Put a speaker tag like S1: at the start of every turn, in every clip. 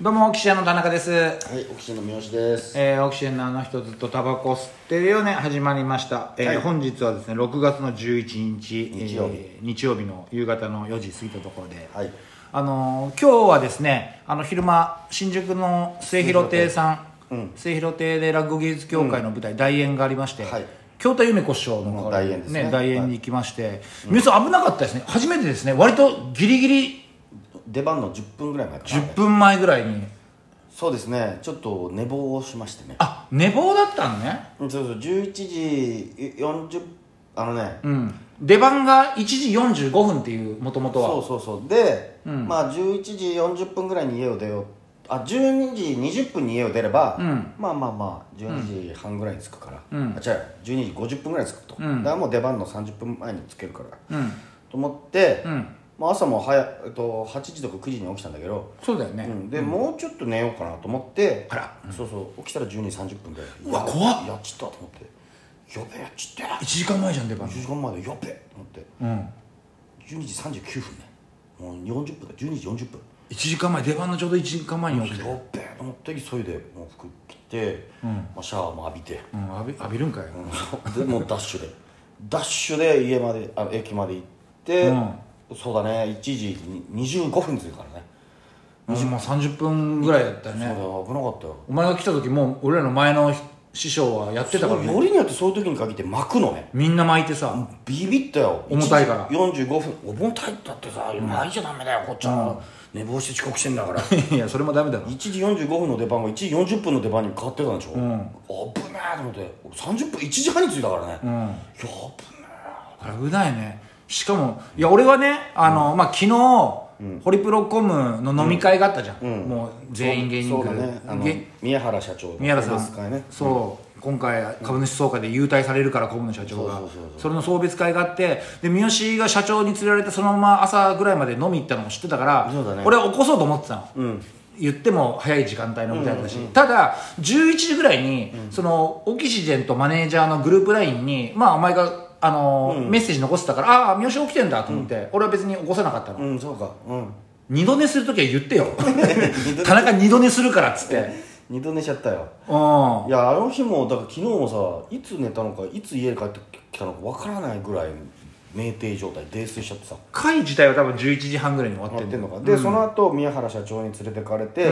S1: どうも、オキシエンの田中です。
S2: はい、オキシエンの三好です。
S1: えー、オキシエンのあの人ずっとタバコ吸ってるよね、始まりました。えー
S2: はい
S1: 本日はですね、6月の11日、
S2: 日曜日
S1: えー日曜日の夕方の4時過ぎたところで、
S2: はい
S1: あのー今日はですね、あの、昼間、新宿の末広亭さん、末広亭で落語芸術協会の舞台、大演がありまして、
S2: はい
S1: 京都夢子師匠の
S2: 大演ですね
S1: 大演に行きまして、皆さん危なかったですね、初めてですね、割とギリギリ
S2: 出番の10分ぐらい前かな。
S1: 10分前ぐらいに、
S2: そうですね、ちょっと寝坊をしましてね。
S1: あ寝坊だったのね。
S2: うんそうそう、11時40、あのね、
S1: うん、出番が1時45分っていうもともとは
S2: そうそうそう。で、まあ11時40分ぐらいに家を出よう。あ、12時20分に家を出れば、まあまあまあ、12時半ぐらいに着くから。あ、違う、12時50分ぐらいに着くと。だからもう出番の30分前に着けるから。と思って、まあ朝も早く、えっと、8時とか9時に起きたんだけど、
S1: そうだよね、
S2: うんで、もうちょっと寝ようかなと思って
S1: あら
S2: そうそう起きたら12時30分ぐらいう
S1: わ怖っ
S2: やっちったと思ってやべえやっちった
S1: 1時間前じゃん出番
S2: 10時間前でやべえと思って
S1: うん
S2: 12時39分ねもう40分だ12時40分
S1: 1時間前出番のちょうど1時間前に起きて、
S2: やべえと思って急いでもう服着て、まあ、シャワーも浴びて、
S1: うん、浴び浴びるんかい、
S2: でもうダッシュでダッシュで家まであの駅まで行って、そうだね1時に25分着いたからね
S1: うん、もう30分ぐらいだったよ
S2: そうだ
S1: ね
S2: よ危なかったよ
S1: お前が来た時もう俺らの前の師匠はやってたから
S2: そうよ
S1: ね
S2: りによってそういう時に限って巻くのね
S1: みんな巻いてさ
S2: ビビったよ
S1: 重たいから
S2: 45分重たいだってさ毎じゃダメだよこっちは、寝坊して遅刻してんだから
S1: いやそれもダメだろ
S2: 1時45分の出番が1時40分の出番に変わってたんでしょ、うん危ねえと思って俺30分1時半に着いたからね、
S1: ん
S2: やぶね
S1: あれ危ないねしかもいや俺はねあの、まあ昨日ホリプロコムの飲み会があったじゃん、もう全員芸人
S2: そうだねあの
S1: げ
S2: 宮原社長の
S1: 宮原さ
S2: 送別会
S1: ん、
S2: ね
S1: そう、今回株主総会で優待されるからコムの社長が
S2: そうそうそう
S1: それの送別会があってで三好が社長に連れられてそのまま朝ぐらいまで飲み行ったのも知ってたから、
S2: そうだね
S1: 俺は起こそうと思ってたの、言っても早い時間帯のみたいだし、ただ11時ぐらいに、そのオキシジェンとマネージャーのグループ LINE にまあお前があのーメッセージ残してたからああー三好起きてんだと思って、俺は別に起こさなかったの、
S2: うんそうかうん
S1: 二度寝するときは言 ってよ田中二度寝するからっつって
S2: 二度寝しちゃったよ
S1: うん
S2: いやあの日もだから昨日もさいつ寝たのかいつ家に帰ってきたのかわからないぐらい酩酊状態泥酔しちゃってさ
S1: 会自体は多分11時半ぐらいに終わって
S2: やって
S1: る
S2: んのかで、その後宮原社長に連れてかれて、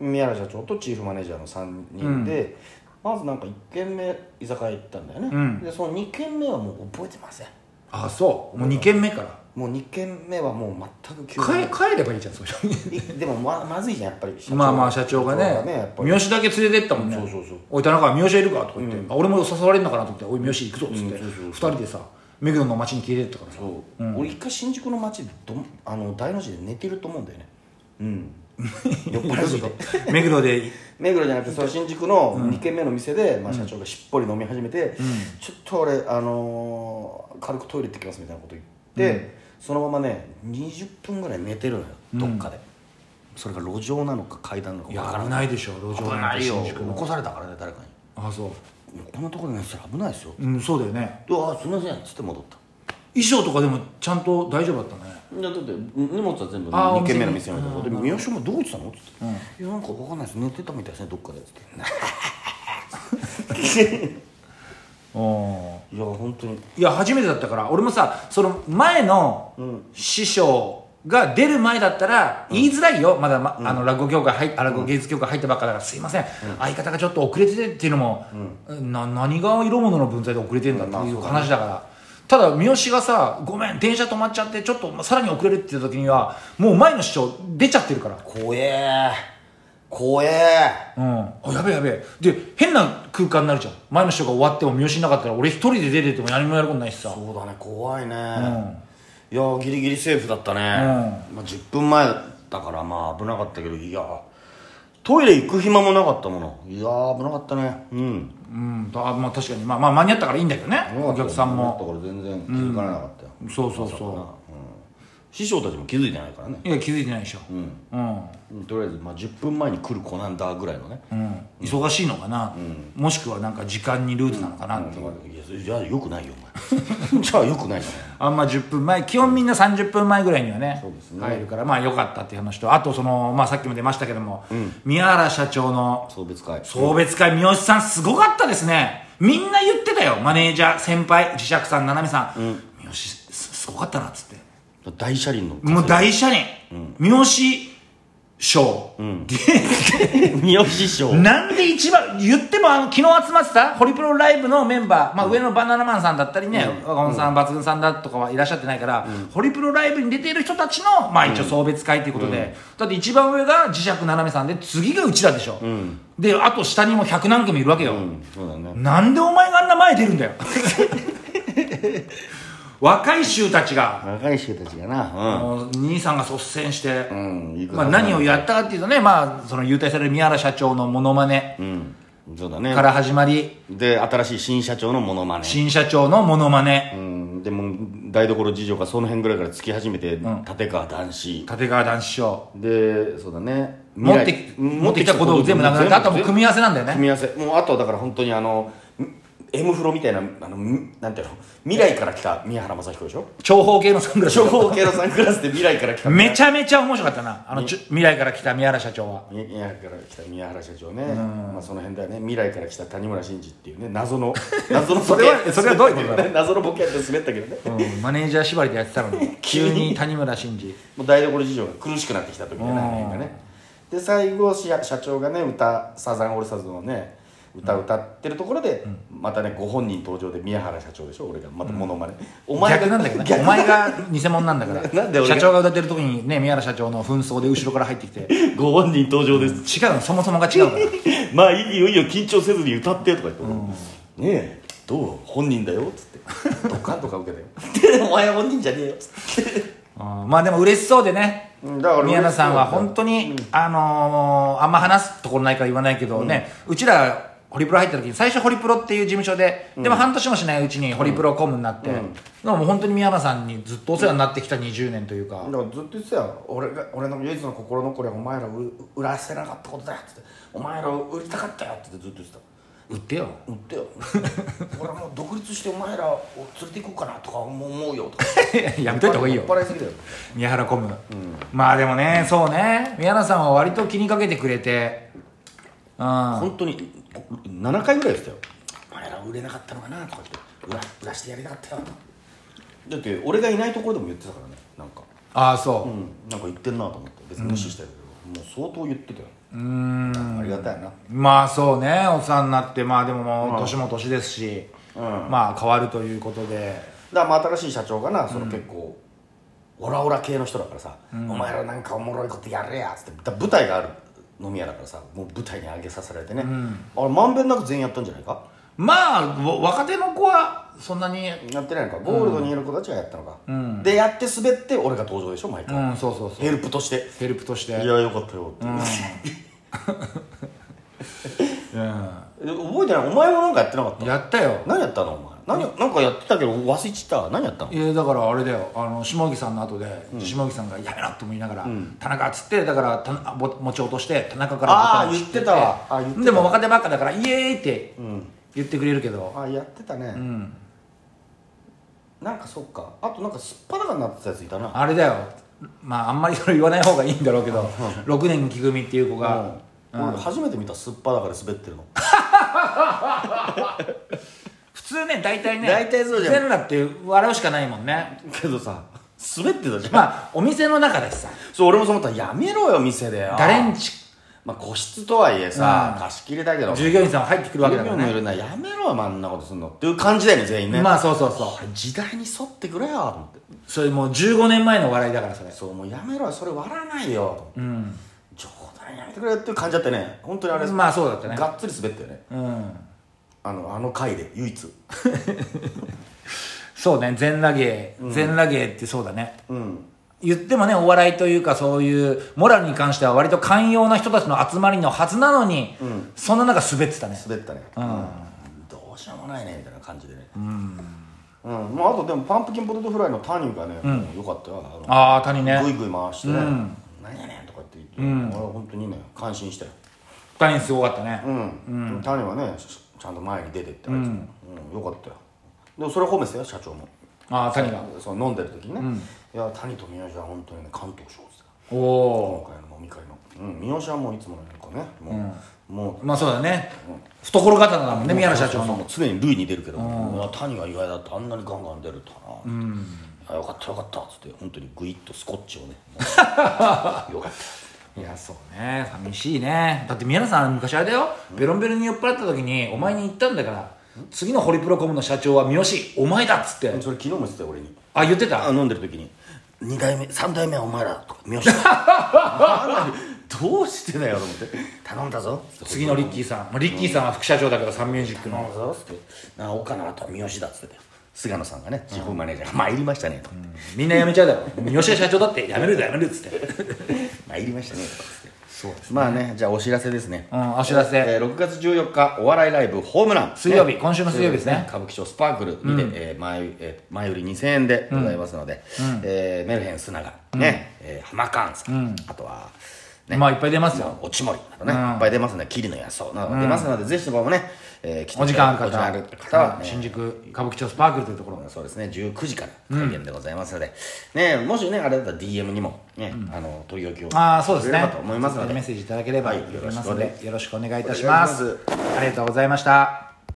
S2: 宮原社長とチーフマネージャーの3人で、まずなんか1軒目居酒屋行ったんだよね、
S1: ん
S2: でその2軒目はもう覚えてません
S1: ああそうもう2軒目から
S2: もう2軒目はもう全く記憶
S1: 帰帰ればいいじゃんそれ
S2: いでもままずいじゃんやっぱり社長
S1: まあまあ社長がね
S2: やっぱ
S1: 三
S2: り
S1: 好だけ連れてったもんね
S2: そうそうそう
S1: おい田中三好いるか?」とか言って、あ「俺も誘われるのかな?」と思って「おい三好行くぞ」っつって、
S2: うんそうそうそう
S1: 2人でさ目黒の街に消えてったからさ
S2: そう、俺一回新宿の街でどんあの大の字で寝てると思うんだよねうん 酔っ払いすぎて
S1: 目黒で
S2: 目黒じゃなくてその新宿の2軒目の店で、まあ、社長がしっぽり飲み始めて、ちょっと俺、あのー軽くトイレ行ってきますみたいなこと言って、そのままね20分ぐらい寝てるのよどっかで、それが路上なのか階段なの
S1: い
S2: か
S1: や
S2: わから
S1: 危
S2: ない
S1: ないでしょ路上
S2: 危
S1: なん
S2: な
S1: て
S2: いよ
S1: 新宿
S2: 起
S1: の
S2: こされたからね誰かに
S1: ああそう
S2: こんなところで寝てたら危ないですよ、
S1: うんそうだよね
S2: でああすいませんっつって戻った
S1: 衣装とかでもちゃんと大丈夫だったね
S2: いやだって荷物は全部
S1: あー
S2: 2軒目の店に置いたで三好もどうしてたの?」っつって「いやなんかわかんないです寝てたみたいですねどっかで」っつって
S1: うん
S2: いや本当に
S1: いや初めてだったから俺もさその前の師匠が出る前だったら言いづらいよ、まだ、まあの落語協会入っあ落語芸術協会入ったばっかだから、すいません、相方がちょっと遅れててっていうのも、な何が色物の分際で遅れてんだっていう話だから、ただ三好がさごめん電車止まっちゃってちょっとまあさらに遅れるって言った時にはもう前の師匠出ちゃってるから
S2: 怖え怖え
S1: うん、あやべえやべえで変な空間になるじゃん前の師匠が終わっても三好いなかったら俺一人で出てても何もやることないしさ
S2: そうだね怖いね、いやギリギリセーフだったね、まあ、10分前だからまあ危なかったけどいやトイレ行く暇もなかったものいや危なかったねうん
S1: うん、あまあ確かに、まあ、まあ間に合ったからいいんだけどねお客さんも
S2: だから全然気づかれなかったよ、
S1: そうそうそう
S2: 師匠たちも気づいてないからね
S1: いや気づいてないでしょ、
S2: うん
S1: うん
S2: うんとりあえず、まあ、10分前に来る子なんだぐらいのね、
S1: うん、忙しいのかな、もしくはなんか時間にルーツなのかな、
S2: いやそれじゃあよくないよお前 じゃあよくないじゃ
S1: あんま10分前基本みんな30分前ぐらいにはね
S2: そうですね
S1: 入るからまあ良かったっていう話とあとその、まあ、さっきも出ましたけども、宮原社長の
S2: ん送別会
S1: 送別会三好さんすごかったですねみんな言ってたよマネージャー先輩磁石さん七海さん、三好すすごかったなっつって
S2: 大車輪の
S1: もう大車輪、三好賞、
S2: 三好師匠
S1: なんで一番言ってもあの昨日集まってたホリプロライブのメンバー、まあ、上のバナナマンさんだったりね若者、さん抜群さんだとかはいらっしゃってないから、ホリプロライブに出ている人たちの、まあ、一応送別会ということで、だって一番上が磁石斜めさんで次がうちらでしょ、であと下にも100何組いるわけよ、
S2: うんそうだね
S1: なんでお前があんな前出るんだよ若い衆たちが、
S2: 若い人たちがな
S1: もう兄さんが率先して、
S2: うん、うん、いい
S1: まあ、何をやったかっていうとね、まあ、その優待される宮原社長のモノマネ
S2: うんそうだね
S1: から始まり、
S2: で新しい新社長のモノマネ
S1: 新社長のモノマ
S2: う
S1: ネ、
S2: んでもう台所事情がその辺ぐらいからつき始めて、立川談志
S1: 立川談志師匠
S2: でそうだね
S1: 持って持ってきた小道具全部なくなってあとはもう組み合わせなんだよ
S2: 組
S1: ね
S2: み合わせもうあとだから本当にあのん M フロみたいなあのんなんていうの未来から来た宮原雅彦でしょ
S1: 長方形のサングラス
S2: 長方形のサングラスで未来から来た
S1: めちゃめちゃ面白かったなあのちゅ未来から来た宮原社長は
S2: 宮宮原から来た宮原社長ね、まあ、その辺だよね未来から来た谷村新司っていうね謎 の謎の
S1: そ
S2: ボケ
S1: れはそれはどういうことだろ
S2: 謎のボケやって滑ったけどね
S1: うんマネージャー縛りでやってたのに 急に谷村新司
S2: もう台所事情が苦しくなってきた時だよね
S1: うん
S2: なんかねで最後しや社長がね歌サザンオールスターズのね歌歌ってるところで、またねご本人登場で宮原社長でしょ俺がまたモノマネ、お
S1: 逆なんだけどねお前が偽物 なんだか
S2: なんで
S1: ら
S2: 俺が
S1: 社長が歌ってる時にね宮原社長の紛争で後ろから入ってき て違
S2: ご本人登場です、
S1: うのそもそもが違うから
S2: まあいいよいいよ緊張せずに歌ってとか言って、ねえどう本人だよっつってドカンとか受けた よでお前は本人じゃねえよっつって
S1: うんまあでも嬉しそうでね
S2: うんだから嬉しそう
S1: 宮野さんは本当に、あのーあんま話すところないから言わないけどね、うちらホリプロ入った時に最初ホリプロっていう事務所で、でも半年もしないうちにホリプロコムになって、でももう本当に宮野さんにずっとお世話になってきた20年というか、
S2: だからずっと言ってたよ俺が俺の唯一の心残りはお前らを売売らせなかったことだよっつってお前らを売りたかったよっつってずっと言ってた
S1: 売ってよ
S2: 売ってよ 俺はもう独立してお前らを連れて行こうかなとか思うよとか
S1: やめといた方がいいよ
S2: 酔っ払いすぎだよ
S1: 宮原コム、まあでもねそうね宮野さんは割と気にかけてくれてうん
S2: 本当に7回ぐらいでしたよお前ら売れなかったのかなとか言って売ら売らしてやりたかったよとかだって俺がいないところでも言ってたからねなんか
S1: ああそう
S2: う、んなんか言ってんなと思って別に無視したけど、もう相当言ってたようんありがたいな
S1: まあそうねお世話になってまあでももう年も年ですし、
S2: うん
S1: まあ変わるということで
S2: だからまあ新しい社長がなその結構、オラオラ系の人だからさ、お前らなんかおもろいことやれや」っつってだから舞台がある飲み屋だからさもう舞台に上げさせられてね、あれまんべんなく全員やったんじゃないか
S1: まあわ若手の子はそんなに
S2: やってないのかゴールドにいる子たちはやったのか、でやって滑って俺が登場でしょ毎
S1: う
S2: 回、
S1: んそうそうそう
S2: ヘルプとして
S1: ヘルプとし
S2: 「いや
S1: て
S2: よかったよ」って、
S1: うん
S2: え覚えてないお前もなんかやってなかった
S1: やったよ
S2: 何やったのお前何なんかやってたけど忘れちった何やったの
S1: いやだからあれだよあの下木さんの後で、下木さんが「やめろ」とも言いながら「田中」っつってだからたなぼ持ち落として田中からボ
S2: あー
S1: タンを
S2: 言ってたわあ言ってた
S1: でも若手ばっかだから「イエーイ!」って言ってくれるけど、
S2: あやってたね、
S1: ん
S2: なんかそっかあとなんかすっぱだかになってたやついたな
S1: あれだよまああんまりそれ言わない方がいいんだろうけど6年木組っていう子が、
S2: うん俺初めて見たすっぱだから 滑ってるの
S1: 普通ね大体ね
S2: 大体そうじゃん
S1: 全裸って笑うしかないもんね
S2: けどさ滑ってたじゃん、
S1: まあお店の中でさ
S2: そう俺もそう思ったやめろよ店でよ
S1: 誰んち
S2: まあ個室とはいえさ、貸し切りだけど
S1: 従業員さんは入ってくるわけだか
S2: 従
S1: ら
S2: 業員も
S1: ね
S2: いるなやめろよあんなことすんのっていう感じだよね全員ね、
S1: まあそうそうそう
S2: 時代に沿ってくれよと思って
S1: それもう15年前の笑いだからそれ
S2: そうもうやめろよそれ割らないよと思って、冗談やめてくれよっていう感じだってね本当にあれ、
S1: まあそうだったね
S2: がっつり滑ったよね
S1: うん
S2: あのあの回で唯一
S1: そうね全裸芸全裸芸ってそうだね
S2: うん
S1: 言ってもねお笑いというかそういうモラルに関しては割と寛容な人たちの集まりのはずなのに、そんな中滑ってたね
S2: 滑ったね、うんどうしようもないねみたいな感じでね、うんまあ、あとでもパンプキンポテトフライのタニがね、もうよかったよあの
S1: ああ谷ね
S2: ぐいぐい回してね
S1: うん
S2: 「何やねん」とかって言って、俺は本当にね感心したよ
S1: 谷すごかったね
S2: うん、でも谷はねしちゃんと前に出てってあいつも、うんよかったよでもそれ褒めてたよ社長も
S1: ああ谷が
S2: その飲んでる時にね、いや谷と宮治は本当にね関東省ですよ
S1: おお
S2: 今回の飲み会の、うん、三好はもういつものなんかねもう、もう
S1: ーまあそうだね懐刀だもんね宮原社長
S2: そ
S1: の
S2: うそうそう常に塁に出るけど、うわ谷が意外だってあんなにガンガン出るとはな、あよかったよかったっつって本当にグイッとスコッ チをねよかった
S1: いやそうね寂しいねだって宮原さん昔あれだよベロンベロンに酔っ払った時にお前に言ったんだから次のホリプロコムの社長は三好お前だっつって
S2: それ昨日も言ってたよ俺に
S1: あ言って
S2: あ
S1: た
S2: 飲んでる時に「2代目3代目はお前ら」とか見 ましたどうしてだよと思って「頼んだ ぞ」
S1: 次のリッキーさんまあリッキーさんは副社長だけどサンミュージック
S2: 頼ん
S1: の
S2: だぞ」って「なあ岡野と三好だ」っつってて菅野さんがね地方マネージャーが「参りましたね」とか言って
S1: みんな辞めちゃうだろ三好社長だって辞めるだ辞めるっつって
S2: 参りましたねとか言ってそうです、まあねじゃあお知らせですね、
S1: うんお知らせ
S2: えー6月14日お笑いライブホームラン
S1: 水曜日今週の水曜日ですね
S2: 歌舞伎町スパークルにて、えー前えー前売り2000円でございますので、えーメルヘン砂川、ね、えー、浜カーンさん、あとはね
S1: まあいっぱい出ますよ
S2: おちもりなどね、いっぱい出ますので桐野野草などが出ますので、ぜひともね、えー来て
S1: お時間ある
S2: お時間ある
S1: 方
S2: 方は、
S1: は
S2: ね
S1: い新宿歌舞伎町スパークルというところ
S2: そうですね19時から開演でございますので、ねもしねあれだったら DM にもね、あの取り置きを
S1: ああそうです
S2: くれれ
S1: ね
S2: ばと思いますので
S1: メッセージいただければ
S2: はい
S1: と思いますの
S2: よろ
S1: で
S2: しく
S1: よろしくお願いいたしますありがとうございました